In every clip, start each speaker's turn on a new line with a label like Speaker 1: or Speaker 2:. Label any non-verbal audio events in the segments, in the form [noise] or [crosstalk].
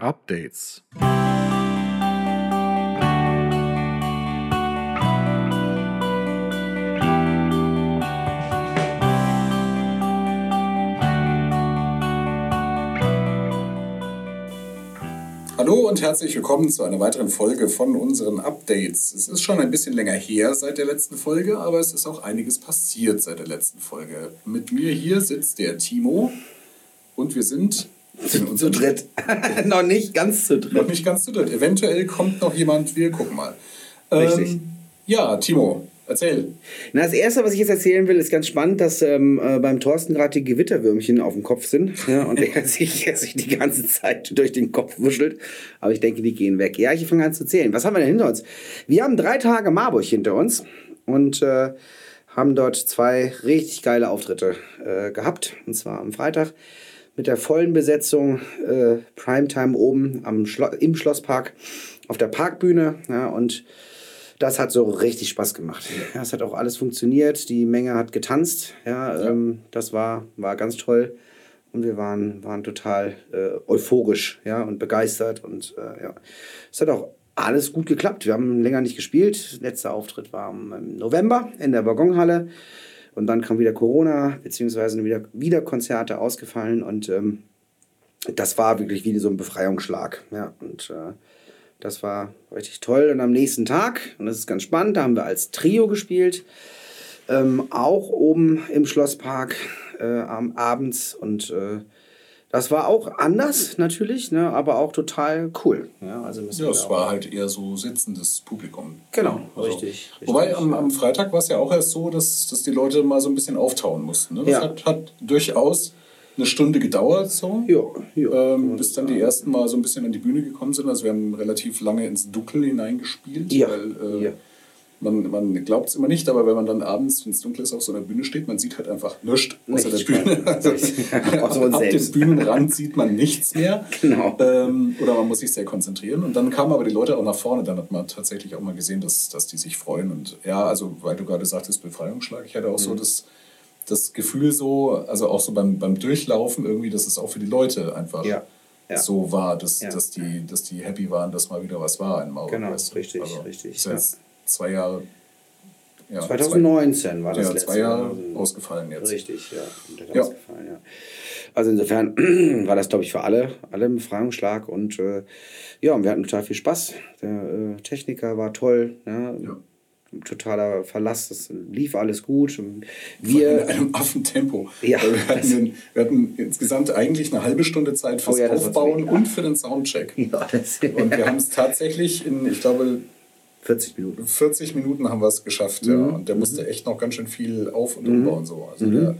Speaker 1: Updates.
Speaker 2: Hallo und herzlich willkommen zu einer weiteren Folge von unseren Updates. Es ist schon ein bisschen länger her seit der letzten Folge, aber es ist auch einiges passiert seit der letzten Folge. Mit mir hier sitzt der Timo und wir sind in
Speaker 3: Zu [laughs]
Speaker 2: unserem
Speaker 3: dritt. Noch nicht ganz zu
Speaker 2: noch
Speaker 3: dritt.
Speaker 2: nicht ganz zu dritt. Eventuell kommt noch jemand, wir gucken mal. Ähm,
Speaker 3: Richtig.
Speaker 2: Ja, Timo, erzähl.
Speaker 3: Na, das Erste, was ich jetzt erzählen will, ist ganz spannend, dass ähm, äh, beim Thorsten gerade die Gewitterwürmchen auf dem Kopf sind ja, [laughs] und er sich, er sich die ganze Zeit durch den Kopf wuschelt. Aber ich denke, die gehen weg. Ja, ich fange an zu zählen. Was haben wir denn hinter uns? Wir haben drei Tage Marburg hinter uns und äh, haben dort zwei richtig geile Auftritte äh, gehabt. Und zwar am Freitag mit der vollen Besetzung äh, Primetime oben am Schlo im Schlosspark auf der Parkbühne ja, und das hat so richtig Spaß gemacht. [laughs] Ja, es hat auch alles funktioniert. Die Menge hat getanzt. Ja, Ähm, das war, war ganz toll. Und wir waren, waren total äh, euphorisch ja, und begeistert. Und äh, ja, es hat auch alles gut geklappt. Wir haben länger nicht gespielt. Letzter Auftritt war im November in der Waggonhalle. Und dann kam wieder Corona, beziehungsweise wieder, wieder Konzerte ausgefallen. Und ähm, das war wirklich wie so ein Befreiungsschlag. Ja, und äh, das war richtig toll. Und am nächsten Tag, und das ist ganz spannend, da haben wir als Trio gespielt. Ähm, auch oben im Schlosspark äh, am abends. Und äh, das war auch anders natürlich, ne, aber auch total cool. Ja, also müssen
Speaker 2: Ja,
Speaker 3: wir
Speaker 2: es
Speaker 3: auch-
Speaker 2: war halt eher so sitzendes Publikum.
Speaker 3: Genau, richtig, richtig.
Speaker 2: also Wobei am, am Freitag war es ja auch erst so, dass, dass die Leute mal so ein bisschen auftauen mussten. Ne? Das
Speaker 3: Ja.
Speaker 2: hat, hat durchaus eine Stunde gedauert, so.
Speaker 3: Ja, ja.
Speaker 2: Ähm, bis dann die ersten mal so ein bisschen an die Bühne gekommen sind. Also wir haben relativ lange ins Dunkel hineingespielt,
Speaker 3: Ja,
Speaker 2: weil äh,
Speaker 3: ja.
Speaker 2: man, man glaubt es immer nicht, aber wenn man dann abends, wenn es dunkel ist, auf so einer Bühne steht, man sieht halt einfach nichts außer
Speaker 3: Nichts.
Speaker 2: der Bühne.
Speaker 3: [laughs]
Speaker 2: Also, [laughs]
Speaker 3: Außer uns
Speaker 2: ab dem
Speaker 3: selbst.
Speaker 2: Bühnenrand sieht man nichts mehr.
Speaker 3: [laughs] Genau.
Speaker 2: Ähm, oder man muss sich sehr konzentrieren. Und dann kamen aber die Leute auch nach vorne. Dann hat man tatsächlich auch mal gesehen, dass, dass die sich freuen. Und ja, also weil du gerade sagtest, Befreiungsschlag, ich hatte auch
Speaker 3: Mhm.
Speaker 2: so das, das Gefühl so, also auch so beim, beim Durchlaufen irgendwie, dass es auch für die Leute einfach
Speaker 3: Ja, ja.
Speaker 2: so war, dass,
Speaker 3: Ja.
Speaker 2: dass, die, dass die happy waren, dass mal wieder was war in Marburg.
Speaker 3: Genau,
Speaker 2: weißt du? Also,
Speaker 3: richtig, richtig,
Speaker 2: Ist jetzt zwei Jahre. Ja,
Speaker 3: 2019 war
Speaker 2: Zwei,
Speaker 3: das
Speaker 2: ja,
Speaker 3: letzte.
Speaker 2: zwei Jahre
Speaker 3: Also-
Speaker 2: ausgefallen jetzt.
Speaker 3: Richtig, ja. komplett
Speaker 2: Ja.
Speaker 3: ausgefallen, ja. Also insofern [clears throat] war das, glaube ich, für alle, alle ein Befreiungsschlag. Und äh, ja, und wir hatten total viel Spaß. Der äh, Techniker war toll. Ne?
Speaker 2: Ja.
Speaker 3: Totaler Verlass, das lief alles gut.
Speaker 2: in
Speaker 3: Und
Speaker 2: [laughs]
Speaker 3: Wir,
Speaker 2: einem Affentempo.
Speaker 3: [laughs] Ja.
Speaker 2: Weil Wir hatten, den, wir hatten insgesamt eigentlich eine halbe Stunde Zeit fürs
Speaker 3: Oh ja, das war zu
Speaker 2: Aufbauen
Speaker 3: wenig.
Speaker 2: und für den Soundcheck.
Speaker 3: [laughs] ja, das,
Speaker 2: Und wir haben es tatsächlich in, ich glaube,
Speaker 3: 40 Minuten.
Speaker 2: 40 Minuten haben wir es geschafft, ja.
Speaker 3: Mhm.
Speaker 2: Und der musste echt noch ganz schön viel auf- und umbauen. So. Also der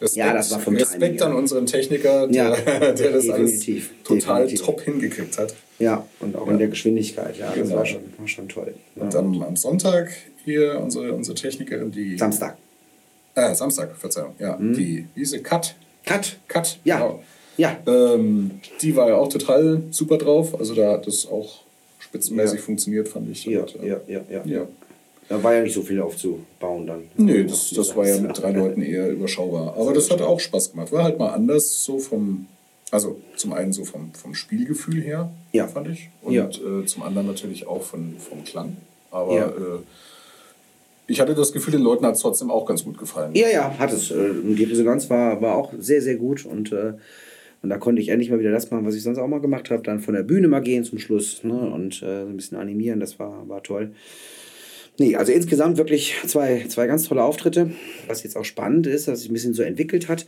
Speaker 2: Respekt,
Speaker 3: Ja, das war vom
Speaker 2: Respekt
Speaker 3: Timing, ja.
Speaker 2: an unseren Techniker, der,
Speaker 3: Ja,
Speaker 2: [laughs] der das alles
Speaker 3: definitiv,
Speaker 2: total
Speaker 3: definitiv.
Speaker 2: top hingekriegt hat.
Speaker 3: Ja, und auch in der Geschwindigkeit. Ja, das
Speaker 2: Genau.
Speaker 3: war schon, war schon toll. Ja.
Speaker 2: Und am, am Sonntag hier unsere, unsere Technikerin, die.
Speaker 3: Samstag.
Speaker 2: Äh, Samstag, Verzeihung, ja. Die, wie ist sie? Kat.
Speaker 3: Cut.
Speaker 2: Kat.
Speaker 3: Ja.
Speaker 2: Genau.
Speaker 3: Ja.
Speaker 2: Ähm, die war ja auch total super drauf. Also da hat das auch spitzenmäßig
Speaker 3: Ja.
Speaker 2: funktioniert, fand ich.
Speaker 3: Ja,
Speaker 2: Und, äh,
Speaker 3: ja, ja, ja,
Speaker 2: ja.
Speaker 3: Da war ja nicht so viel aufzubauen dann.
Speaker 2: Nee, das, das war ja mit drei Leuten eher überschaubar. Aber das hat auch Spaß gemacht. War halt mal anders, so vom, also zum einen so vom, vom Spielgefühl her,
Speaker 3: Ja.
Speaker 2: fand ich. Und
Speaker 3: Ja.
Speaker 2: äh, zum anderen natürlich auch von, vom Klang. Aber
Speaker 3: Ja.
Speaker 2: äh, ich hatte das Gefühl, den Leuten hat es trotzdem auch ganz gut gefallen.
Speaker 3: Ja, ja, hat es. Äh, Die Resonanz war, war auch sehr, sehr gut. Und, äh, und da konnte ich endlich mal wieder das machen, was ich sonst auch mal gemacht habe. Dann von der Bühne mal gehen zum Schluss ne? und äh, ein bisschen animieren. Das war, war toll. Nee, also insgesamt wirklich zwei, zwei ganz tolle Auftritte. Was jetzt auch spannend ist, dass sich ein bisschen so entwickelt hat.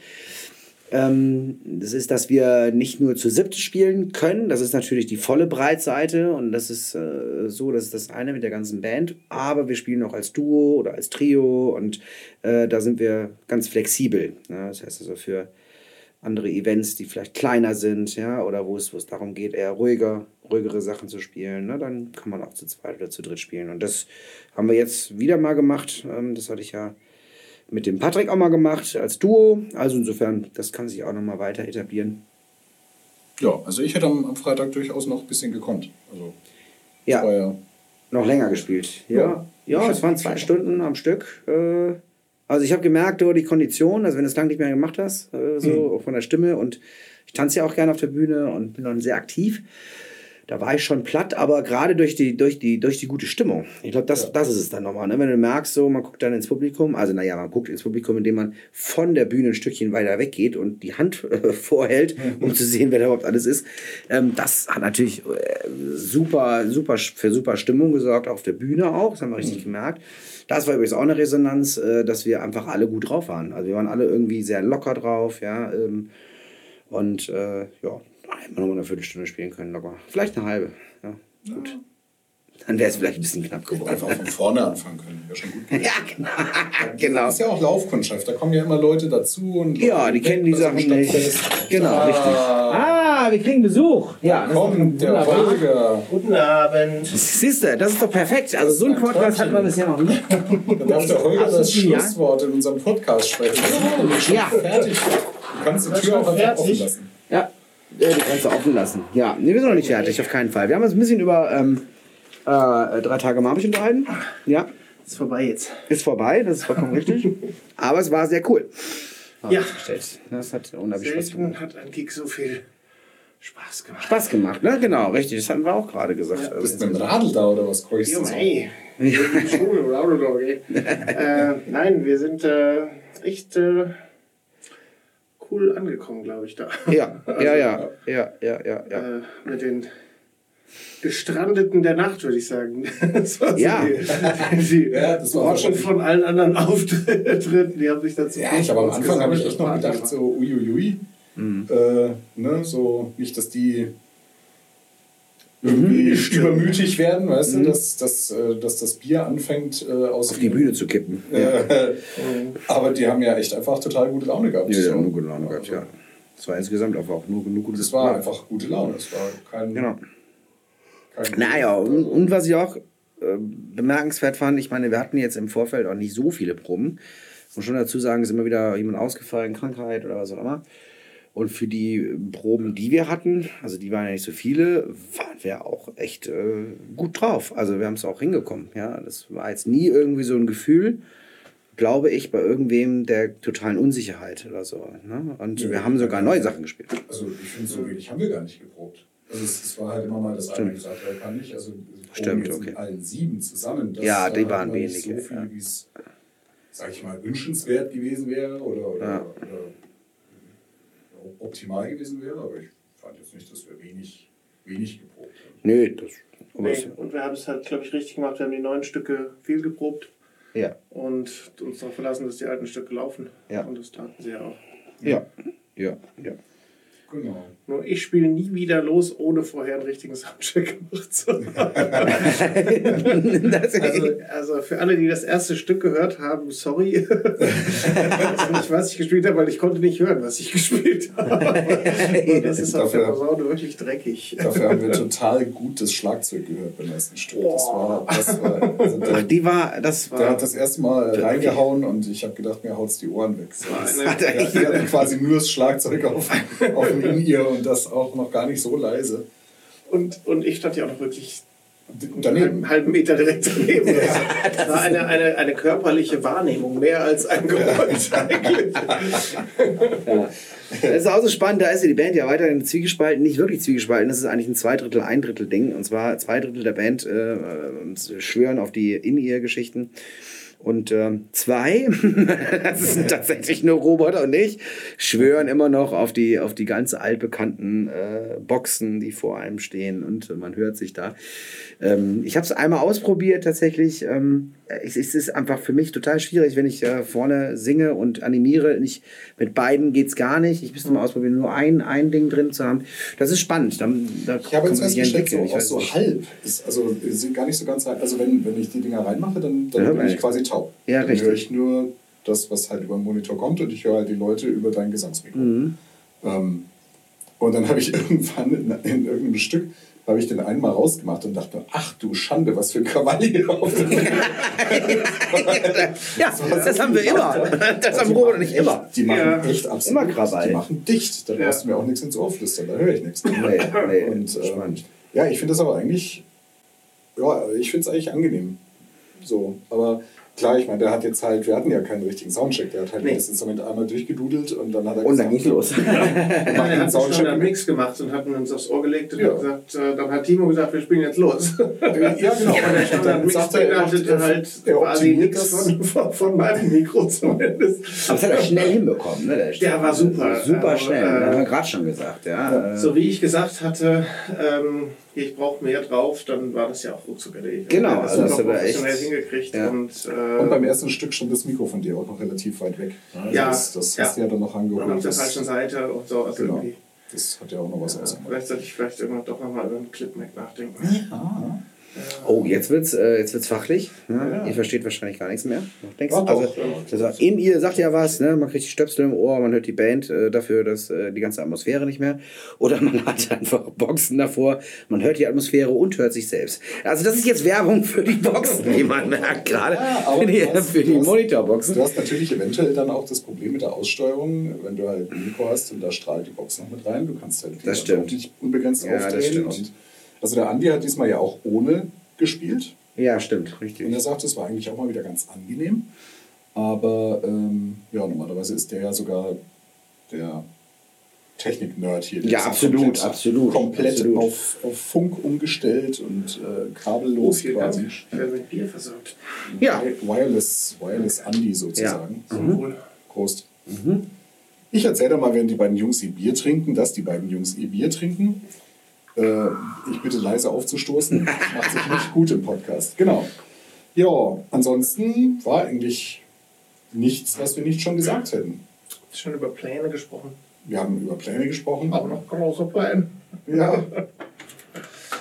Speaker 3: Ähm, das ist, dass wir nicht nur zu siebt spielen können. Das ist natürlich die volle Breitseite und das ist äh, so, das ist das eine mit der ganzen Band. Aber wir spielen auch als Duo oder als Trio und äh, da sind wir ganz flexibel. Ne? Das heißt also für andere Events, die vielleicht kleiner sind, ja, oder wo es, wo es darum geht, eher ruhiger, ruhigere Sachen zu spielen, ne, dann kann man auch zu zweit oder zu dritt spielen. Und das haben wir jetzt wieder mal gemacht. Ähm, das hatte ich ja mit dem Patrick auch mal gemacht als Duo. Also insofern, das kann sich auch nochmal weiter etablieren.
Speaker 2: Ja, also ich hätte am, am Freitag durchaus noch ein bisschen gekonnt. Also,
Speaker 3: Ja,
Speaker 2: war ja
Speaker 3: noch länger gespielt.
Speaker 2: Ja.
Speaker 3: Ja, ja, es waren zwei Stunden am Stück. Äh, Also ich habe gemerkt, oh, die Kondition, also wenn du es lange nicht mehr gemacht hast, äh, so auch von der Stimme und ich tanze ja auch gerne auf der Bühne und bin dann sehr aktiv. Da war ich schon platt, aber gerade durch die, durch, die, durch die gute Stimmung. Ich glaube, das, das ist es dann nochmal. Ne? Wenn du merkst, so, man guckt dann ins Publikum, also naja, man guckt ins Publikum, indem man von der Bühne ein Stückchen weiter weggeht und die Hand äh, [laughs] vorhält, um zu sehen, wer da überhaupt alles ist. Ähm, das hat natürlich äh, super, super, für super Stimmung gesorgt, auf der Bühne auch, das haben wir richtig gemerkt. Das war übrigens auch eine Resonanz, äh, dass wir einfach alle gut drauf waren. Also wir waren alle irgendwie sehr locker drauf, ja. Ähm, und äh, ja, hätten wir nochmal eine Viertelstunde spielen können, locker. Vielleicht eine halbe. Ja, gut. Dann wäre es vielleicht ein bisschen knapp
Speaker 2: [laughs]
Speaker 3: geworden.
Speaker 2: Einfach von vorne anfangen können. Wäre schon gut.
Speaker 3: Ja, genau. [laughs] genau.
Speaker 2: Das ist ja auch Laufkundschaft. Da kommen ja immer Leute dazu. Und
Speaker 3: Ja, die kennen die
Speaker 2: Also
Speaker 3: Sachen
Speaker 2: statt-
Speaker 3: nicht. Genau, richtig.
Speaker 1: Ah, wir kriegen Besuch. Ja, das
Speaker 2: Kommt der
Speaker 1: wunderbar.
Speaker 2: Holger.
Speaker 4: Guten Abend.
Speaker 3: Siehst du, das ist doch perfekt. Also so ein Podcast
Speaker 1: Das hatten wir bisher noch nicht.
Speaker 2: Dann darf der Holger das
Speaker 1: Absolut, ja.
Speaker 2: Schlusswort in unserem Podcast sprechen.
Speaker 3: Ja.
Speaker 2: Fertig. Du kannst die Tür auch einfach offen
Speaker 4: Fertig.
Speaker 2: lassen.
Speaker 3: Ja, ja, die kannst du offen lassen. Ja, nee, wir sind noch nicht fertig, auf keinen Fall. Wir haben uns ein bisschen über ähm, äh, drei Tage Marmich unterhalten. Ja,
Speaker 4: Ist vorbei jetzt.
Speaker 3: ist vorbei, das ist vollkommen richtig. Aber es war sehr cool.
Speaker 4: Ja.
Speaker 3: Das hat unheimlich Spaß gemacht.
Speaker 4: Selten Ah, hat ein Gig so viel Spaß gemacht.
Speaker 3: Spaß gemacht, ne? Genau, richtig. Das hatten wir auch gerade gesagt.
Speaker 2: Bist
Speaker 3: Also,
Speaker 2: du mit dem Radl da oder was? Guckst du
Speaker 4: Junge,
Speaker 2: so?
Speaker 4: ey. Schule, Raudel, Raudel, ey. äh, nein, wir sind äh, echt äh, cool angekommen, glaube ich, da.
Speaker 3: ja,
Speaker 2: [laughs] Also,
Speaker 3: ja, ja, ja, ja, ja, ja.
Speaker 4: Äh, mit den Gestrandeten der Nacht, würde ich sagen. [laughs] Das war so
Speaker 3: Ja.
Speaker 4: die, die
Speaker 2: Ja, das war auch schon-
Speaker 4: Ortung von allen anderen [laughs] Auftritten, die haben sich dazu
Speaker 2: Ja, ich habe am Anfang habe ich echt noch
Speaker 4: Party
Speaker 2: gedacht,
Speaker 4: gemacht.
Speaker 2: so uiuiui.
Speaker 3: Mhm.
Speaker 2: Äh, ne, so nicht, dass die
Speaker 3: Mhm.
Speaker 2: irgendwie übermütig werden, weißt du, dass, dass, äh, dass das Bier anfängt äh, aus
Speaker 3: Auf die Bühne zu kippen. Ja,
Speaker 2: Äh, [laughs] aber die haben ja echt einfach total gute Laune gehabt.
Speaker 3: ja, ja
Speaker 2: So.
Speaker 3: nur gute Laune gehabt, ja. Das war insgesamt einfach auch nur genug gutes
Speaker 2: Das war
Speaker 3: Laune.
Speaker 2: einfach gute Laune. Das war kein.
Speaker 3: Genau.
Speaker 2: kein
Speaker 3: Naja, und, und was ich auch äh, bemerkenswert fand, ich meine, wir hatten jetzt im Vorfeld auch nicht so viele Proben. Muss schon dazu sagen, ist immer wieder jemand ausgefallen, Krankheit oder was auch immer. Und für die Proben, die wir hatten, also die waren ja nicht so viele, waren wir auch echt äh, gut drauf. Also wir haben es auch hingekommen. Ja, das war jetzt nie irgendwie so ein Gefühl, glaube ich, bei irgendwem der totalen Unsicherheit oder so. Ne? Und
Speaker 2: Ja.
Speaker 3: wir haben sogar neue Sachen gespielt.
Speaker 2: Also ich finde, so wenig haben wir gar nicht geprobt. Also es, es war halt immer mal, dass einer gesagt hat, kann nicht. Also wir proben
Speaker 3: Stimmt,
Speaker 2: jetzt
Speaker 3: okay.
Speaker 2: mit allen sieben zusammen. Das
Speaker 3: Ja,
Speaker 2: ist
Speaker 3: die
Speaker 2: dann
Speaker 3: waren
Speaker 2: immer nicht
Speaker 3: wenige,
Speaker 2: So viel,
Speaker 3: ja.
Speaker 2: wie es, sag ich mal, wünschenswert gewesen wäre oder, oder,
Speaker 3: Ja.
Speaker 2: oder optimal gewesen wäre. Aber ich fand jetzt nicht, dass wir wenig, wenig geprobt haben.
Speaker 3: Nö, das. Aber
Speaker 4: Nee, und wir haben es halt, glaube ich, richtig gemacht. Wir haben die neuen Stücke viel geprobt
Speaker 3: das ja.
Speaker 4: und uns darauf verlassen, dass die alten Stücke laufen.
Speaker 3: Ja.
Speaker 4: Und das taten sie ja auch.
Speaker 3: Ja. Ja. Ja.
Speaker 2: Genau.
Speaker 4: Nur ich spiele nie wieder los, ohne vorher einen richtigen Soundcheck gemacht zu haben.
Speaker 3: [laughs] Das-
Speaker 4: Also, also für alle, die das erste Stück gehört haben, sorry. [laughs] ich weiß nicht, was ich gespielt habe, weil ich konnte nicht hören, was ich gespielt habe. Und das ist auf der
Speaker 2: Dafür-
Speaker 4: Posaune wirklich dreckig.
Speaker 2: Dafür haben wir total gut das Schlagzeug gehört beim ersten Stück. Das war, das war also
Speaker 3: Ach,
Speaker 2: der,
Speaker 3: die war, [laughs] das
Speaker 2: der
Speaker 3: war.
Speaker 2: hat das erste Mal reingehauen und ich habe gedacht, mir haut's die Ohren weg. So, das,
Speaker 4: Eine-
Speaker 2: Ja, die hatten quasi nur das Schlagzeug auf, auf dem In-Ear und das auch noch gar nicht so leise.
Speaker 4: Und, und ich stand ja auch noch wirklich
Speaker 2: Daneben.
Speaker 4: einen
Speaker 3: halt
Speaker 4: halben Meter direkt daneben. Das war eine, eine, eine körperliche Wahrnehmung, mehr als ein Geräusch eigentlich.
Speaker 3: Das ist auch so spannend, da ist ja die Band ja weiterhin zwiegespalten, nicht wirklich zwiegespalten, das ist eigentlich ein Zweidrittel, ein Drittel Ding. Und zwar zwei Drittel der Band äh, äh, schwören auf die In-Ear-Geschichten. Und ähm, zwei, [laughs] das sind tatsächlich nur Robert und ich, schwören immer noch auf die, auf die ganz altbekannten äh, Boxen, die vor einem stehen und man hört sich da. Ähm, ich habe es einmal ausprobiert tatsächlich. Ähm, es, es ist einfach für mich total schwierig, wenn ich äh, vorne singe und animiere. Nicht, mit beiden geht es gar nicht. Ich müsste mal ausprobieren, nur ein, ein Ding drin zu haben. Das ist spannend. Da, da
Speaker 2: Ich habe
Speaker 3: kann
Speaker 2: jetzt
Speaker 3: man sich
Speaker 2: festgestellt, so,
Speaker 3: entwickeln. Ich
Speaker 2: auch
Speaker 3: weiß
Speaker 2: so
Speaker 3: nicht.
Speaker 2: halb ist, also wir sind gar nicht so ganz rein. Also wenn, wenn ich die Dinger reinmache, dann,
Speaker 3: Dann
Speaker 2: dann
Speaker 3: hört
Speaker 2: bin
Speaker 3: man
Speaker 2: ich
Speaker 3: nichts.
Speaker 2: quasi taub.
Speaker 3: Ja,
Speaker 2: dann
Speaker 3: richtig.
Speaker 2: höre ich nur das, was halt über den Monitor kommt und ich höre halt die Leute über dein Gesangsmikro.
Speaker 3: Mhm.
Speaker 2: Ähm, und dann habe ich [laughs] irgendwann in, in irgendeinem Stück habe ich den einmal rausgemacht und dachte, mir, ach du Schande, was für ein Krawall hier auf dem
Speaker 3: Ja, das haben wir immer.
Speaker 2: [laughs]
Speaker 3: Das haben Robert und ich immer.
Speaker 2: Die machen
Speaker 4: Ja.
Speaker 2: echt absolut.
Speaker 3: Immer Krawall.
Speaker 2: Die machen dicht. Da
Speaker 4: Ja.
Speaker 2: brauchst du mir auch nichts ins Ohr flüstern, da höre ich
Speaker 3: [laughs]
Speaker 2: nichts. [laughs]
Speaker 3: Nee, nee,
Speaker 2: Und ähm,
Speaker 3: spannend.
Speaker 2: ja, ich finde das aber eigentlich, ja, ich finde es eigentlich angenehm. So, aber Klar, ich meine, der hat jetzt halt, wir hatten ja keinen richtigen Soundcheck, der hat halt
Speaker 4: Nee.
Speaker 2: das Instrument einmal durchgedudelt und dann hat er
Speaker 3: Und dann ging's los.
Speaker 2: Wir
Speaker 4: Nein,
Speaker 2: machen
Speaker 4: er
Speaker 2: den
Speaker 4: hat schon
Speaker 2: Soundcheck.
Speaker 4: einen Mix gemacht und hat mir uns aufs Ohr gelegt und
Speaker 2: Ja.
Speaker 4: hat gesagt, äh, dann hat Timo gesagt, wir spielen jetzt los. [laughs]
Speaker 2: Ja, genau.
Speaker 4: Ja,
Speaker 2: Und
Speaker 4: dann
Speaker 2: dann
Speaker 4: Mix
Speaker 2: sagt er, er,
Speaker 4: beinhaltet halt
Speaker 2: er, er
Speaker 4: quasi
Speaker 2: optimiert
Speaker 4: nichts
Speaker 2: das.
Speaker 4: von, von, von meinem Mikro zumindest.
Speaker 3: Aber [laughs] das hat er schnell hinbekommen, ne? Der,
Speaker 4: Der war super.
Speaker 3: Super
Speaker 4: Also,
Speaker 3: schnell,
Speaker 4: äh,
Speaker 3: das haben wir gerade schon gesagt, ja. äh,
Speaker 4: So wie ich gesagt hatte, ähm, ich brauche mehr drauf, dann war das ja auch ruckzuck erledigt.
Speaker 3: Genau,
Speaker 4: also
Speaker 3: also
Speaker 4: das
Speaker 3: das
Speaker 4: haben wir
Speaker 3: hat er echt-
Speaker 4: professionell hingekriegt.
Speaker 3: Ja.
Speaker 4: Und, äh,
Speaker 2: Und beim ersten Stück stand das Mikro von dir auch noch relativ weit weg. Also
Speaker 4: Ja,
Speaker 2: Das, das
Speaker 4: ja.
Speaker 2: hast du ja dann noch
Speaker 4: und auf
Speaker 2: angeholt.
Speaker 4: der
Speaker 2: Das,
Speaker 4: falschen Seite und so. Also
Speaker 2: genau.
Speaker 4: irgendwie,
Speaker 2: Das hat ja auch noch was ausgemacht.
Speaker 4: vielleicht sollte ich vielleicht irgendwann doch nochmal über einen Clipmac nachdenken.
Speaker 3: Oh, jetzt wird's, äh, jetzt wird's fachlich. Ne?
Speaker 4: Ja.
Speaker 3: Ihr versteht wahrscheinlich gar nichts mehr. Noch nichts.
Speaker 2: Ja, doch.
Speaker 3: also, das sagt, in ihr sagt ja was, ne? man kriegt die Stöpsel im Ohr, man hört die Band äh, dafür, dass äh, die ganze Atmosphäre nicht mehr. Oder man [laughs] hat einfach Boxen davor, man hört die Atmosphäre und hört sich selbst. Also das ist jetzt Werbung für die Boxen, die man merkt gerade.
Speaker 2: Ja, aber
Speaker 3: [laughs] für die,
Speaker 2: du hast-
Speaker 3: für die
Speaker 2: du hast-
Speaker 3: Monitorboxen.
Speaker 2: Du hast natürlich eventuell dann auch das Problem mit der Aussteuerung, wenn du halt ein Mikro hast und da strahlt die Box noch mit rein. Du kannst halt die
Speaker 3: Das
Speaker 2: dann
Speaker 3: stimmt.
Speaker 2: auch nicht unbegrenzt
Speaker 3: Ja, das
Speaker 2: aufdrehen.
Speaker 3: stimmt.
Speaker 2: Und also der Andi hat diesmal ja auch ohne gespielt.
Speaker 3: Ja, stimmt,
Speaker 2: Und er
Speaker 3: richtig.
Speaker 2: sagt, es war eigentlich auch mal wieder ganz angenehm. Aber ähm, ja, normalerweise ist der ja sogar der Technik-Nerd hier. Der
Speaker 3: Ja,
Speaker 2: ist
Speaker 3: absolut,
Speaker 2: komplett,
Speaker 3: absolut,
Speaker 2: Komplett
Speaker 3: absolut.
Speaker 2: Auf, auf Funk umgestellt und äh,
Speaker 4: Oh,
Speaker 2: kabellos
Speaker 4: viel ganz
Speaker 2: quasi.
Speaker 4: ich werde mit Bier versorgt.
Speaker 3: Ja, Mhm.
Speaker 2: Wireless, Wireless Andi sozusagen.
Speaker 4: Sowohl.
Speaker 2: Prost. Mhm. Ich erzähle mal, während die beiden Jungs ihr Bier trinken, dass die beiden Jungs ihr Bier trinken. Äh, ich bitte leise aufzustoßen. Das macht sich nicht gut im Podcast. Genau. Ja, ansonsten war eigentlich nichts, was wir nicht schon gesagt hätten.
Speaker 4: Schon über Pläne gesprochen.
Speaker 2: Wir haben über Pläne gesprochen.
Speaker 4: Auch noch große Pläne.
Speaker 2: Ja,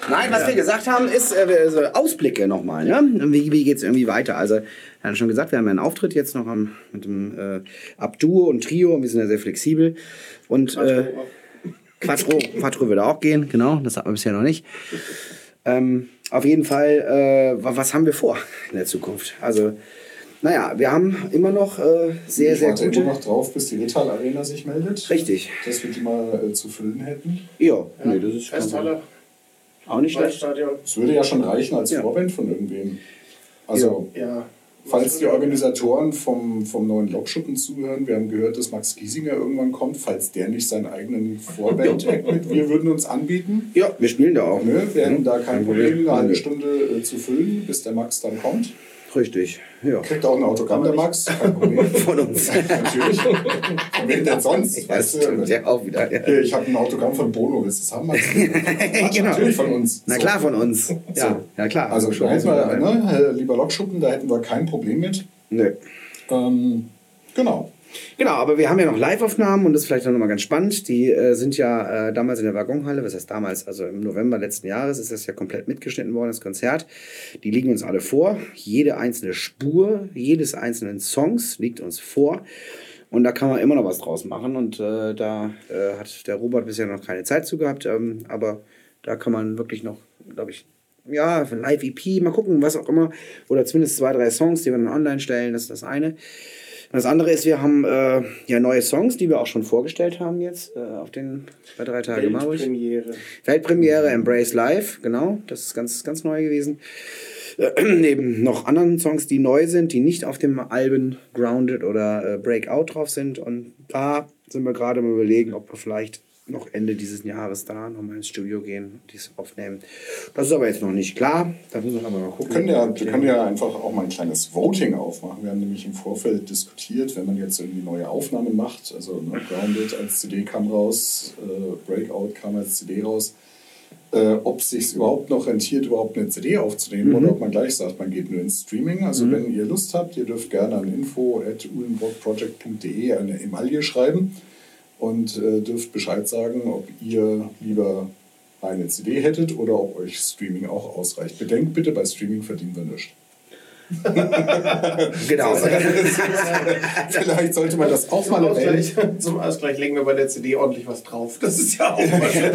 Speaker 3: Nein, was wir gesagt haben, ist äh, also Ausblicke nochmal. Ne? Wie, wie geht es irgendwie weiter? Also, wir haben schon gesagt, wir haben ja einen Auftritt jetzt noch am, mit dem äh, Abduo und Trio. Wir sind ja sehr flexibel. Und äh, Quattro, Quattro würde auch gehen, genau. Das hatten wir bisher noch nicht. Ähm, auf jeden Fall, äh, wa- was haben wir vor in der Zukunft? Also, naja, wir haben immer noch äh, sehr,
Speaker 2: ich
Speaker 3: sehr
Speaker 2: warte immer
Speaker 3: gute.
Speaker 2: noch drauf, bis die Retal Arena sich meldet.
Speaker 3: Richtig.
Speaker 2: Dass wir die mal äh, zu füllen hätten.
Speaker 3: Ja, nee, das ist
Speaker 4: Festhalle,
Speaker 3: auch nicht schlecht.
Speaker 4: Waldstadion.
Speaker 2: Es würde ja schon reichen als
Speaker 3: Ja.
Speaker 2: Vorband von irgendwem. Also,
Speaker 4: Ja.
Speaker 2: Falls die Organisatoren vom, vom neuen Lokschuppen zuhören, wir haben gehört, dass Max Giesinger irgendwann kommt, falls der nicht seinen eigenen
Speaker 3: [laughs]
Speaker 2: Vorband mit, wir würden uns anbieten.
Speaker 3: Ja, wir spielen da auch.
Speaker 2: Ne? Wir hätten da kein Problem, eine halbe
Speaker 3: Nö.
Speaker 2: Stunde äh, zu füllen, bis der Max dann kommt.
Speaker 3: Richtig, ja.
Speaker 2: Kriegt auch ein Autogramm der Max, kein [laughs] Problem.
Speaker 3: Von uns.
Speaker 2: Natürlich. Von wem denn sonst?
Speaker 3: Ja,
Speaker 2: Weißt du,
Speaker 3: stimmt, ja, auch wieder. Ja.
Speaker 2: Hier, ich habe ein Autogramm von Bono, willst du das haben? Max?
Speaker 3: [laughs] Genau.
Speaker 2: also Natürlich von uns.
Speaker 3: Na
Speaker 2: So.
Speaker 3: klar, von uns. Ja, ja klar.
Speaker 2: Also, da hätten wir, ne, lieber Lokschuppen, da hätten wir kein Problem mit.
Speaker 3: Nö.
Speaker 2: Ähm, genau.
Speaker 3: Genau, aber wir haben ja noch Live-Aufnahmen und das ist vielleicht auch nochmal ganz spannend. Die äh, sind ja äh, damals in der Waggonhalle, was heißt damals? Also im November letzten Jahres ist das ja komplett mitgeschnitten worden, das Konzert. Die liegen uns alle vor. Jede einzelne Spur, jedes einzelnen Songs liegt uns vor. Und da kann man immer noch was draus machen. Und äh, da äh, hat der Robert bisher noch keine Zeit zu gehabt. Ähm, aber da kann man wirklich noch, glaube ich, ja, Live-EP, mal gucken, was auch immer. Oder zumindest zwei, drei Songs, die wir dann online stellen, das ist das eine. Und das andere ist, wir haben äh, ja neue Songs, die wir auch schon vorgestellt haben jetzt äh, auf den bei drei Tage Marburg.
Speaker 4: Premiere.
Speaker 3: Weltpremiere Embrace Live, genau, das ist ganz ganz neu gewesen. Äh, [clears throat] neben noch anderen Songs, die neu sind, die nicht auf dem Alben Grounded oder äh, Breakout drauf sind und da sind wir gerade mal überlegen, ob wir vielleicht noch Ende dieses Jahres da nochmal ins Studio gehen und dies aufnehmen. Das ist aber jetzt noch nicht klar. Da müssen wir aber mal gucken.
Speaker 2: Wir können, ja, wir können ja einfach auch mal ein kleines Voting aufmachen. Wir haben nämlich im Vorfeld diskutiert, wenn man jetzt irgendwie neue Aufnahmen macht, also ne, Grounded als CD kam raus, äh, Breakout kam als CD raus, äh, ob es sich überhaupt noch rentiert, überhaupt eine CD aufzunehmen oder ob man gleich sagt, man geht nur ins Streaming. Also wenn ihr Lust habt, ihr dürft gerne an info.uhlenburgproject.de eine Emaille schreiben und äh, dürft Bescheid sagen, ob ihr lieber eine CD hättet oder ob euch Streaming auch ausreicht. Bedenkt bitte, bei Streaming verdienen wir
Speaker 3: [laughs]
Speaker 2: nichts.
Speaker 3: genau.
Speaker 2: Vielleicht sollte man das auch
Speaker 4: Zum
Speaker 2: mal erwähnen.
Speaker 4: Ausgleich, [laughs] zum Ausgleich legen wir bei der CD ordentlich was drauf. Das ist ja auch mal schön.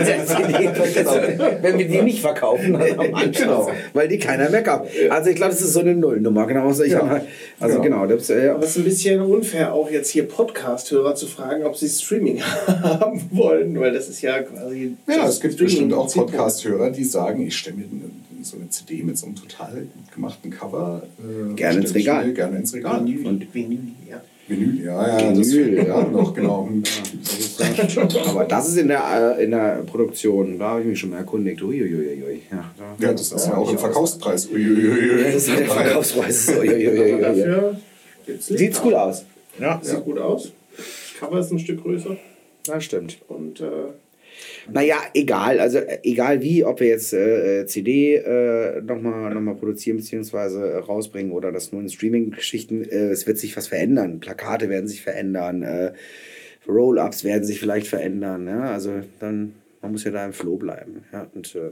Speaker 3: [laughs] Wenn wir die nicht verkaufen, dann [laughs] am Anschluss,
Speaker 2: Genau.
Speaker 3: weil die keiner mehr kauft. Also ich glaube, das ist so eine Nullnummer. Genau, also ich
Speaker 2: Ja.
Speaker 3: hab- also
Speaker 2: Ja.
Speaker 3: genau, das, äh,
Speaker 4: Aber es ist ein bisschen unfair, auch jetzt hier Podcast-Hörer zu fragen, ob sie Streaming [laughs] haben wollen, weil das ist ja quasi.
Speaker 2: Ja,
Speaker 4: das
Speaker 2: es gibt
Speaker 4: Streaming-
Speaker 2: bestimmt auch Podcast-Hörer, die sagen, ich stelle mir so eine CD mit so einem total gut gemachten Cover. äh,
Speaker 3: Gerne ins
Speaker 2: stelle ich mir
Speaker 3: Regal.
Speaker 2: Gerne ins Regal.
Speaker 4: Und Vinyl, ja.
Speaker 2: Vinyl, ja, ja,
Speaker 3: Vinyl,
Speaker 2: das
Speaker 3: ja.
Speaker 2: ja, noch, genau. [laughs]
Speaker 3: Aber das ist in der, äh, in der Produktion, da habe ich mich schon mal erkundigt. Uiuiuiui. Ja, da-
Speaker 2: Ja, das ist ja auch ein
Speaker 3: ich
Speaker 2: Verkaufspreis. Uiuiuiui.
Speaker 3: Das [laughs] ist der Verkaufspreis. [laughs]
Speaker 4: Aber
Speaker 3: Uiuiuiui.
Speaker 4: dafür gibt's Licht.
Speaker 3: Sieht's gut aus.
Speaker 4: Ja, sieht gut aus. Das Cover ist ein Stück größer.
Speaker 3: Das stimmt.
Speaker 4: Und äh,
Speaker 3: Naja, egal. Also äh, egal wie, ob wir jetzt äh, äh, CD äh, nochmal noch mal produzieren bzw. rausbringen oder das nur in Streaming-Geschichten, äh, es wird sich was verändern. Plakate werden sich verändern, äh, Roll-Ups werden sich vielleicht verändern. Ja? Also dann, man muss ja da im Flow bleiben. Ja? Und äh,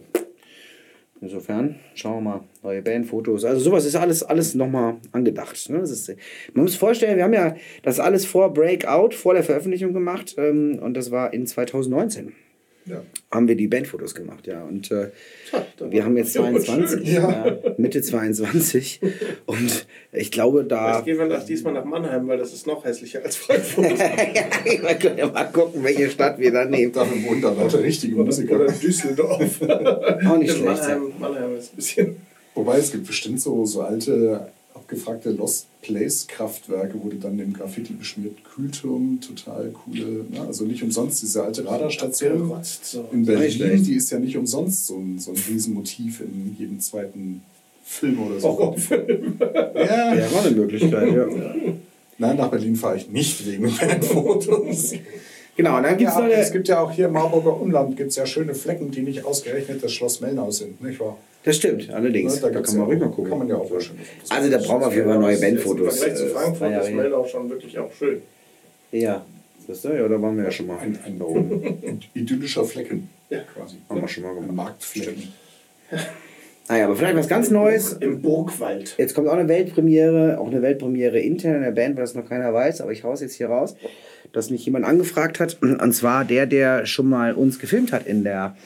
Speaker 3: insofern, schauen wir mal, neue Bandfotos. Also sowas ist alles, alles nochmal angedacht. Ne? Das ist, äh, man muss sich vorstellen, wir haben ja das alles vor Breakout, vor der Veröffentlichung gemacht ähm, und das war in 2019
Speaker 2: Ja.
Speaker 3: haben wir die Bandfotos gemacht, ja. Und äh,
Speaker 4: da
Speaker 3: wir
Speaker 4: war-
Speaker 3: haben jetzt
Speaker 4: Ja, aber
Speaker 3: 22,
Speaker 4: schön,
Speaker 3: ja. Mitte 22. Und ich glaube, da.
Speaker 4: Vielleicht
Speaker 3: [laughs]
Speaker 4: gehen wir nach, diesmal nach Mannheim, weil das ist noch hässlicher als Frankfurt.
Speaker 3: wir können ja mal gucken, welche Stadt wir da nehmen.
Speaker 2: Dafür wohnen da lauter richtige Musiker.
Speaker 4: Oder Düsseldorf.
Speaker 3: Auch [laughs] nicht schlecht. ja.
Speaker 4: Mannheim, Mannheim ist ein bisschen.
Speaker 2: Wobei es gibt bestimmt so, so alte, abgefragte Lost Place Kraftwerke, wo du dann im Graffiti beschmiert Kühlturm, total coole, ne? also nicht umsonst diese alte Radarstation
Speaker 4: Abgerotzt, so.
Speaker 2: in
Speaker 3: Nicht schlecht.
Speaker 2: Berlin, die ist ja nicht umsonst so ein, so ein Riesenmotiv in jedem zweiten Film oder so.
Speaker 3: Oh,
Speaker 2: [laughs] Ja.
Speaker 3: Ja, war eine Möglichkeit, ja.
Speaker 2: Nein, nach Berlin fahre ich nicht wegen
Speaker 3: [laughs]
Speaker 2: meinen Fotos.
Speaker 3: Genau, und dann gibt es
Speaker 2: Ja,
Speaker 3: noch
Speaker 2: aber es
Speaker 3: eine,
Speaker 2: gibt ja auch hier im Marburger Umland gibt's ja schöne Flecken, die nicht ausgerechnet das Schloss Mellnau sind, nicht wahr?
Speaker 3: Das stimmt, allerdings.
Speaker 2: Ne,
Speaker 3: da
Speaker 2: gibt's
Speaker 3: kann
Speaker 2: ja,
Speaker 3: man ruhig mal gucken.
Speaker 2: Kann man ja auch wahrscheinlich. Fotos
Speaker 3: Also da
Speaker 2: machen.
Speaker 3: brauchen wir auf jeden Fall neue
Speaker 4: Im
Speaker 3: Bandfotos.
Speaker 4: Vergleich zu
Speaker 3: äh,
Speaker 4: Frankfurt
Speaker 3: ja,
Speaker 4: ist
Speaker 3: ja.
Speaker 4: Meldau schon wirklich auch schön.
Speaker 3: Ja. Das, ja, da waren wir ja schon mal.
Speaker 2: Ein, ein, ein idyllischer Flecken.
Speaker 4: Ja.
Speaker 2: quasi.
Speaker 3: Haben wir schon mal gemacht.
Speaker 2: Ein Marktflecken.
Speaker 3: Naja, aber vielleicht was ganz Neues.
Speaker 4: Im Burgwald.
Speaker 3: Jetzt kommt auch eine Weltpremiere, auch eine Weltpremiere intern in der Band, weil das noch keiner weiß, aber ich hau's jetzt hier raus, dass mich jemand angefragt hat. [clears throat] Und zwar der, der schon mal uns gefilmt hat in der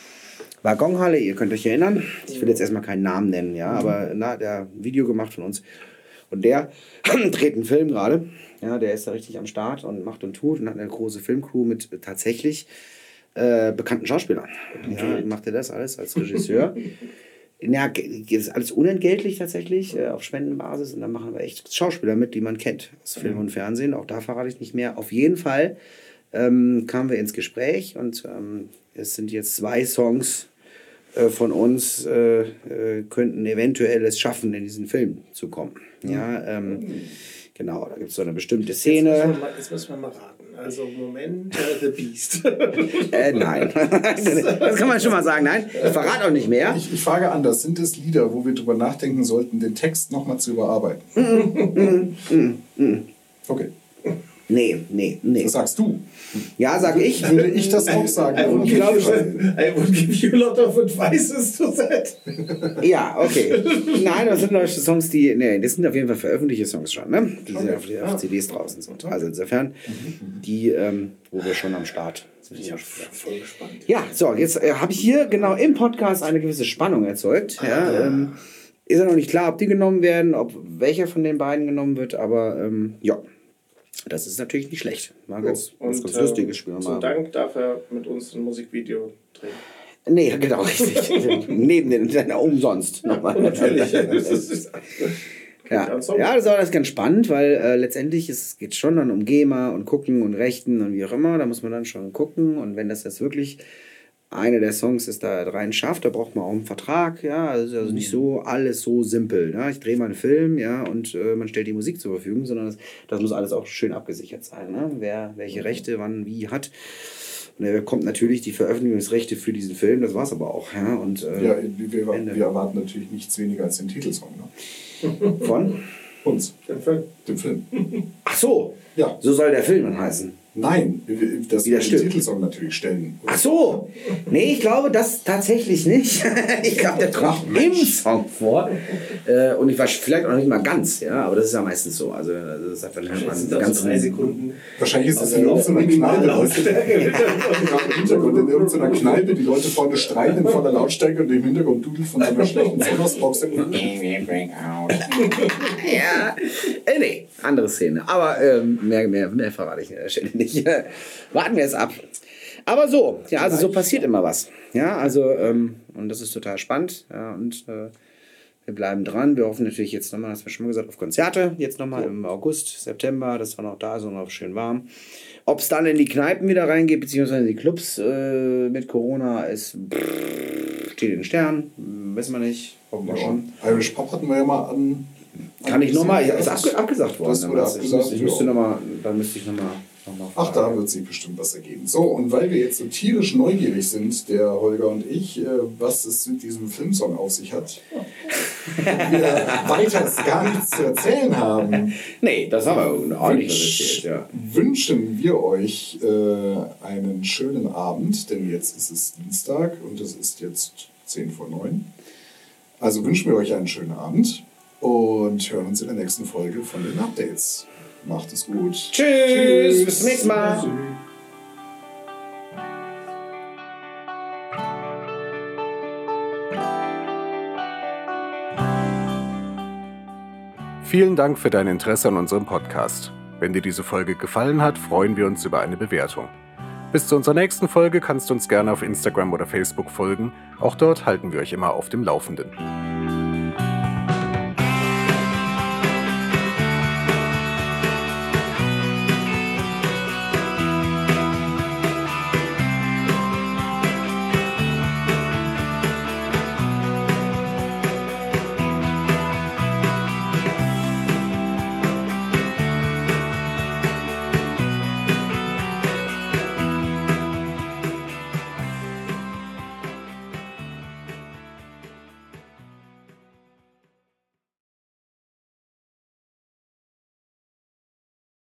Speaker 3: Waggonhalle. Ihr könnt euch erinnern. Ich will jetzt erstmal keinen Namen nennen, ja, aber na, der hat ein Video gemacht von uns. Und der [clears throat] dreht einen Film gerade. Ja, der ist da richtig am Start und macht und tut und hat eine große Filmcrew mit tatsächlich äh, bekannten Schauspielern. Ja, macht er das alles als Regisseur. Ja, ge- das ist alles unentgeltlich tatsächlich, äh, auf Spendenbasis. Und dann machen wir echt Schauspieler mit, die man kennt aus Film und Fernsehen. Auch da verrate ich nicht mehr. Auf jeden Fall ähm, kamen wir ins Gespräch und ähm, es sind jetzt zwei Songs äh, von uns, äh, äh, könnten eventuell es schaffen, in diesen Film zu kommen. Ja, ähm, genau, da gibt es so eine bestimmte
Speaker 4: Jetzt müssen, wir
Speaker 3: Szene.
Speaker 4: mal, jetzt müssen wir mal raten. Also Moment, äh, The Beast.
Speaker 3: Äh, nein, [laughs] das kann man schon mal sagen. Nein, ich verrate auch nicht mehr.
Speaker 2: Ich, ich frage anders, sind es Lieder, wo wir drüber nachdenken sollten, den Text nochmal zu überarbeiten?
Speaker 3: Mm,
Speaker 2: okay,
Speaker 3: Nee, nee, nee.
Speaker 2: das sagst du.
Speaker 3: Ja, sage ich. Äh,
Speaker 2: Würde ich das auch sagen?
Speaker 4: Ich
Speaker 2: [laughs]
Speaker 4: glaube schon. I would give you a lot of advices to that.
Speaker 3: Ja, okay. Nein, das sind neue Songs, die. Nee, das sind auf jeden Fall veröffentlichte Songs schon, ne? Die sind auf,
Speaker 2: Ah.
Speaker 3: auf CDs draußen. So. Also insofern, die, ähm, wo wir schon am Start sind.
Speaker 4: Voll gespannt.
Speaker 3: Ja, so, jetzt äh, habe ich hier genau im Podcast eine gewisse Spannung erzeugt.
Speaker 2: Ah,
Speaker 3: Ja, ähm, ist ja noch nicht klar, ob die genommen werden, ob welcher von den beiden genommen wird, aber ähm, ja, das ist natürlich nicht schlecht. War ein ganz, ganz, ganz lustiges
Speaker 2: ähm,
Speaker 3: Spiel.
Speaker 4: ähm, Zum
Speaker 3: Mal.
Speaker 4: Dank darf er mit uns ein Musikvideo drehen.
Speaker 3: Nee, genau,
Speaker 4: [laughs]
Speaker 3: richtig. Neben den, [laughs] umsonst nochmal.
Speaker 4: Natürlich. Das ist-
Speaker 3: Ja,
Speaker 4: Ganz sauber.
Speaker 3: ja das ist auch alles ganz spannend, weil äh, letztendlich es geht schon dann um GEMA und gucken und Rechten und wie auch immer. Da muss man dann schon gucken. Und wenn das jetzt wirklich einer der Songs ist, da rein schafft, da braucht man auch einen Vertrag. Ja, also, also nicht so alles so simpel. Ne? Ich drehe mal einen Film, ja, und äh, man stellt die Musik zur Verfügung, sondern das, das muss alles auch schön abgesichert sein. Ne? Wer welche Rechte wann wie hat. Und da kommt natürlich die Veröffentlichungsrechte für diesen Film, das war's aber auch. Ja, und äh,
Speaker 2: Ja, wir,
Speaker 3: Ende.
Speaker 2: wir erwarten natürlich nichts weniger als den Titelsong. Ne?
Speaker 3: von.
Speaker 2: Uns,
Speaker 4: Den Film.
Speaker 2: dem Film.
Speaker 3: Ach so,
Speaker 2: Ja.
Speaker 3: so soll der Film dann heißen.
Speaker 2: Nein, wir- dass
Speaker 3: Wieder
Speaker 2: wir den
Speaker 3: stimmt.
Speaker 2: Titelsong natürlich stellen.
Speaker 3: Ach so. Nee, ich glaube das tatsächlich nicht. [laughs] ich glaube, der kommt im Song vor. Äh, und ich war vielleicht auch noch nicht mal ganz, ja, aber das ist ja meistens so. Also das hat dann halt mal einen
Speaker 4: Das sind auch so
Speaker 3: ganzen
Speaker 4: drei Sekunden.
Speaker 2: Wahrscheinlich
Speaker 3: Also
Speaker 2: ist es in irgendeiner Kneipe. [laughs] Gerade im Hintergrund in irgendeiner Kneipe, die Leute vorne schreien in voller Lautstärke und im Hintergrund dudelt von so einer schlechten
Speaker 3: [laughs]
Speaker 2: Sonos-Box.
Speaker 3: Ja. Äh, nee, [laughs] andere Szene. Aber ähm, mehr, mehr, mehr verrate ich an der Stelle nicht. Warten wir es ab. Aber so, ja, also so passiert immer was. Ja, also, ähm, und das ist total spannend. Ja, und äh, wir bleiben dran. Wir hoffen natürlich jetzt nochmal, das haben wir schon mal gesagt, auf Konzerte. Jetzt nochmal im August, September, das war noch da, ist auch noch schön warm. Ob es dann in die Kneipen wieder reingeht, beziehungsweise in die Clubs äh, mit Corona, ist brrr, steht in den Sternen, wissen wir nicht. Hoffen wir schon.
Speaker 2: Irish Pop hatten wir ja mal an.
Speaker 3: Kann ich nochmal, ja,
Speaker 2: Das
Speaker 3: ist abge abgesagt worden.
Speaker 2: Das
Speaker 3: aber
Speaker 2: wurde
Speaker 3: das- ich
Speaker 2: abgesagt.
Speaker 3: müsste, ich müsste
Speaker 2: ja.
Speaker 3: nochmal, dann müsste ich nochmal. Noch mal
Speaker 2: Ach, da wird sich bestimmt was ergeben. So, und weil wir jetzt so tierisch neugierig sind, der Holger und ich, äh, was es mit diesem Filmsong auf sich hat, und wir weiters gar nichts zu erzählen
Speaker 3: [laughs]
Speaker 2: haben,
Speaker 3: Nee, das haben wir ordentlich
Speaker 2: wünsch,
Speaker 3: was erzählt, ja.
Speaker 2: wünschen wir euch äh, einen schönen Abend, denn jetzt ist es Dienstag und es ist jetzt 10 vor 9. Also wünschen wir euch einen schönen Abend und hören uns in der nächsten Folge von den Updates. Macht es gut.
Speaker 3: Tschüss, bis zum nächsten Mal.
Speaker 5: Vielen Dank für dein Interesse an unserem Podcast. Wenn dir diese Folge gefallen hat, freuen wir uns über eine Bewertung. Bis zu unserer nächsten Folge kannst du uns gerne auf Instagram oder Facebook folgen. Auch dort halten wir euch immer auf dem Laufenden.